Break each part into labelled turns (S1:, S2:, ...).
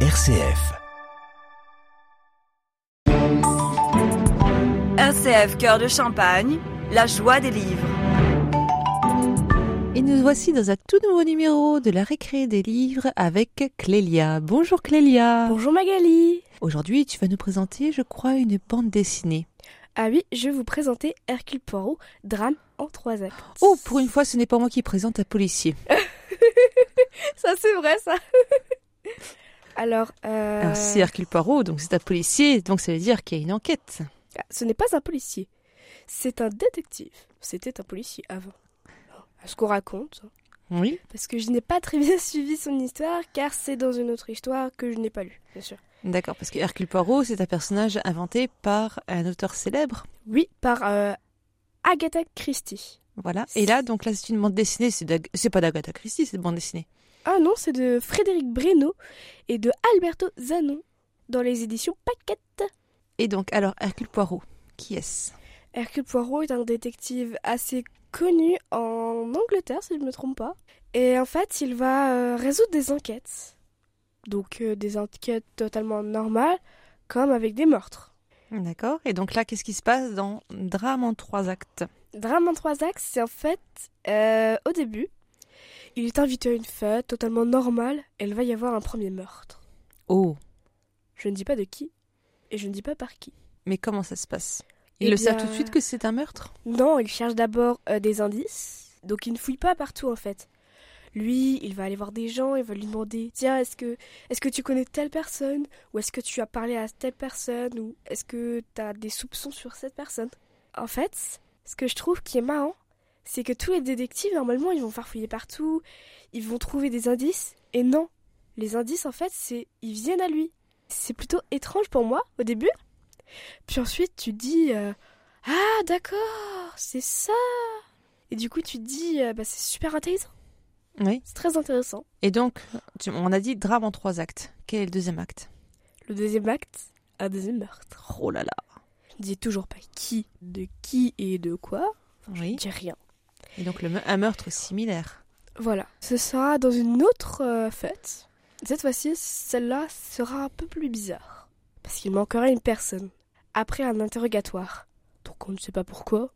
S1: RCF.
S2: RCF Cœur de Champagne, la joie des livres.
S3: Et nous voici dans un tout nouveau numéro de la récré des livres avec Clélia. Bonjour Clélia.
S4: Bonjour Magali.
S3: Aujourd'hui, tu vas nous présenter, je crois, une bande dessinée.
S4: Ah oui, je vais vous présenter Hercule Poirot, drame en trois actes.
S3: Oh, pour une fois, ce n'est pas moi qui présente un policier.
S4: Ça c'est vrai ça. Alors, euh,
S3: Alors, c'est Hercule Poirot, donc c'est un policier, donc ça veut dire qu'il y a une enquête.
S4: ah, ce n'est pas un policier, c'est un détective. C'était un policier avant. Ce qu'on raconte, hein.
S3: Oui.
S4: parce que je n'ai pas très bien suivi son histoire, car c'est dans une autre histoire que je n'ai pas lue, bien sûr.
S3: D'accord, parce que Hercule Poirot, c'est un personnage inventé par un auteur célèbre.
S4: Oui, par euh, Agatha Christie.
S3: Voilà. Et là, donc là, c'est une bande dessinée. C'est d'Ag- c'est pas d'Agatha Christie, c'est une bande dessinée.
S4: Ah non, c'est de Frédéric Breno et de Alberto Zanon dans les éditions Paquette.
S3: Et donc, alors, Hercule Poirot, qui est-ce
S4: Hercule Poirot est un détective assez connu en Angleterre, si je ne me trompe pas. Et en fait, il va euh, résoudre des enquêtes. Donc euh, des enquêtes totalement normales, comme avec des meurtres.
S3: D'accord. Et donc là, qu'est-ce qui se passe dans Drame en trois actes
S4: Drame en trois axes, c'est en fait, euh, au début, il est invité à une fête totalement normale, et il va y avoir un premier meurtre.
S3: Oh,
S4: Je ne dis pas de qui, et je ne dis pas par qui.
S3: mais comment ça se passe Ils
S4: Eh
S3: le
S4: bien-
S3: savent tout de suite que c'est un meurtre
S4: Non, il cherche d'abord euh, des indices, donc il ne fouille pas partout en fait. Lui, il va aller voir des gens, il va lui demander Tiens, est-ce que, est que tu connais telle personne Ou est-ce que tu as parlé à telle personne Ou est-ce que tu as des soupçons sur cette personne En fait, ce que je trouve qui est marrant, c'est que tous les détectives, normalement, ils vont farfouiller partout, ils vont trouver des indices, et non. Les indices, en fait, c'est ils viennent à lui. C'est plutôt étrange pour moi, au début. Puis ensuite, tu te dis euh, ah, d'accord, c'est ça. Et du coup, tu te dis, euh, bah, c'est super intelligent,
S3: Oui.
S4: c'est très intéressant.
S3: Et donc, tu- on a dit drame en trois actes. Quel est le deuxième acte
S4: Le deuxième acte, un deuxième meurtre.
S3: Oh là là.
S4: Je dis toujours pas qui, de qui et de quoi,
S3: Oui.
S4: je dis rien.
S3: Et donc, le, me- un meurtre similaire.
S4: Voilà, ce sera dans une autre euh, fête. Cette fois-ci, celle-là sera un peu plus bizarre. Parce qu'il manquerait une personne, après un interrogatoire. Donc on ne sait pas pourquoi.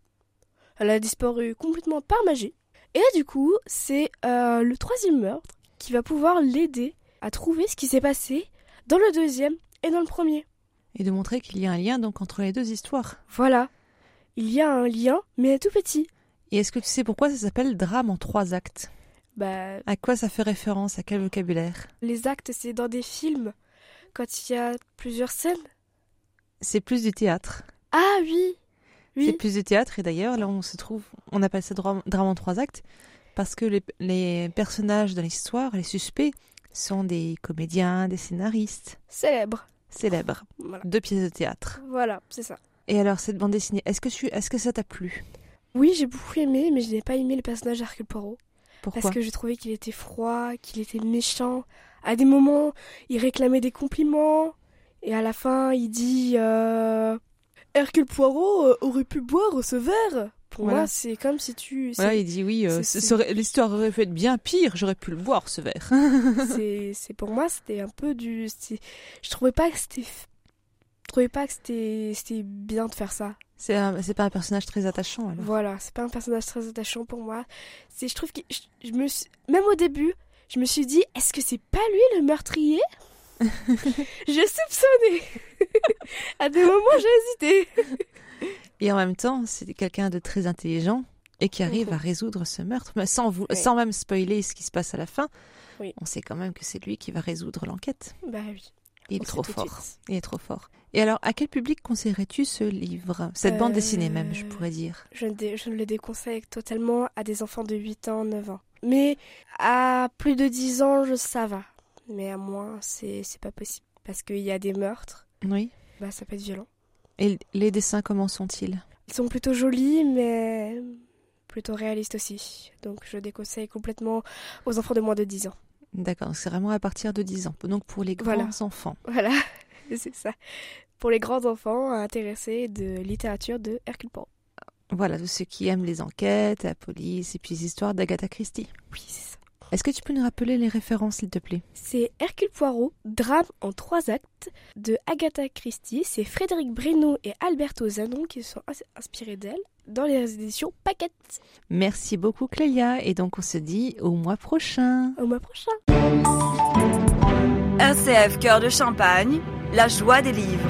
S4: Elle a disparu complètement par magie. Et là, du coup, c'est euh, le troisième meurtre qui va pouvoir l'aider à trouver ce qui s'est passé dans le deuxième et dans le premier.
S3: Et de montrer qu'il y a un lien donc entre les deux histoires.
S4: Voilà. Il y a un lien, mais tout petit.
S3: Et est-ce que tu sais pourquoi ça s'appelle drame en trois actes
S4: Bah,
S3: À quoi ça fait référence À quel vocabulaire
S4: les actes, c'est dans des films, quand il y a plusieurs scènes.
S3: C'est plus du théâtre.
S4: Ah oui,
S3: C'est
S4: oui,
S3: plus du théâtre et d'ailleurs là on se trouve, on appelle ça drame, drame en trois actes parce que les, les personnages dans l'histoire, les suspects, sont des comédiens, des scénaristes
S4: célèbre.
S3: célèbres
S4: Voilà,
S3: de pièces de théâtre.
S4: voilà c'est ça.
S3: Et alors cette bande dessinée, est-ce que tu, est-ce que ça t'a plu
S4: Oui, j'ai beaucoup aimé, mais je n'ai pas aimé le personnage d'Hercule Poirot.
S3: Pourquoi
S4: Parce que j'ai trouvé qu'il était froid, qu'il était méchant. À des moments, il réclamait des compliments. Et à la fin, il dit euh, Hercule Poirot euh, aurait pu boire ce verre. Pour
S3: Voilà.
S4: moi, c'est comme si tu.
S3: Voilà,
S4: C'est
S3: il dit oui, euh,
S4: c'est-
S3: ce serait- l'histoire aurait pu être bien pire, j'aurais pu le boire ce verre.
S4: c'est- c'est- pour moi, c'était un peu du. c'est- Je trouvais pas que c'était. Je trouvais pas que c'était c'était bien de faire ça.
S3: c'est, un- c'est pas un personnage très attachant alors.
S4: Voilà, c'est pas un personnage très attachant pour moi. C'est, je trouve que je, je me suis- même au début, je me suis dit, est-ce que c'est pas lui le meurtrier Je soupçonnais. à des moments, j'ai hésité.
S3: Et en même temps, c'est quelqu'un de très intelligent et qui arrive à résoudre ce meurtre, mais sans, vou-
S4: Oui.
S3: sans même spoiler ce qui se passe à la fin.
S4: Oui.
S3: On sait quand même que c'est lui qui va résoudre l'enquête.
S4: Bah oui.
S3: Il est
S4: on sait
S3: trop
S4: tout de
S3: fort.
S4: suite.
S3: Il est trop fort. Et alors, à quel public conseillerais-tu ce livre Cette bande
S4: Euh,
S3: dessinée même, je pourrais dire.
S4: Je ne, dé- je ne le déconseille totalement à des enfants de 8 ans, 9 ans. Mais à plus de 10 ans, je, ça va. Mais à moins, c'est, c'est pas possible. Parce qu'il y a des meurtres,
S3: Oui.
S4: bah ça peut être violent.
S3: Et les dessins, comment sont-ils
S4: Ils sont plutôt jolis, mais plutôt réalistes aussi. Donc je déconseille complètement aux enfants de moins de 10 ans.
S3: D'accord, donc c'est vraiment à partir de 10 ans. Donc pour les grands
S4: Voilà.
S3: enfants.
S4: Voilà, c'est ça. Pour les grands enfants intéressés de littérature de Hercule Poirot.
S3: Voilà, tous ceux qui aiment les enquêtes, la police et puis les histoires d'Agatha Christie.
S4: Oui, c'est ça.
S3: Est-ce que tu peux nous rappeler les références, s'il te plaît
S4: C'est Hercule Poirot, drame en trois actes de Agatha Christie. C'est Frédéric Breno et Alberto Zanon qui se sont ins- inspirés d'elle dans les éditions Paquette.
S3: Merci beaucoup, Clélia. Et donc, on se dit au mois prochain.
S4: Au mois prochain.
S2: RCF Cœur de Champagne, la joie des livres.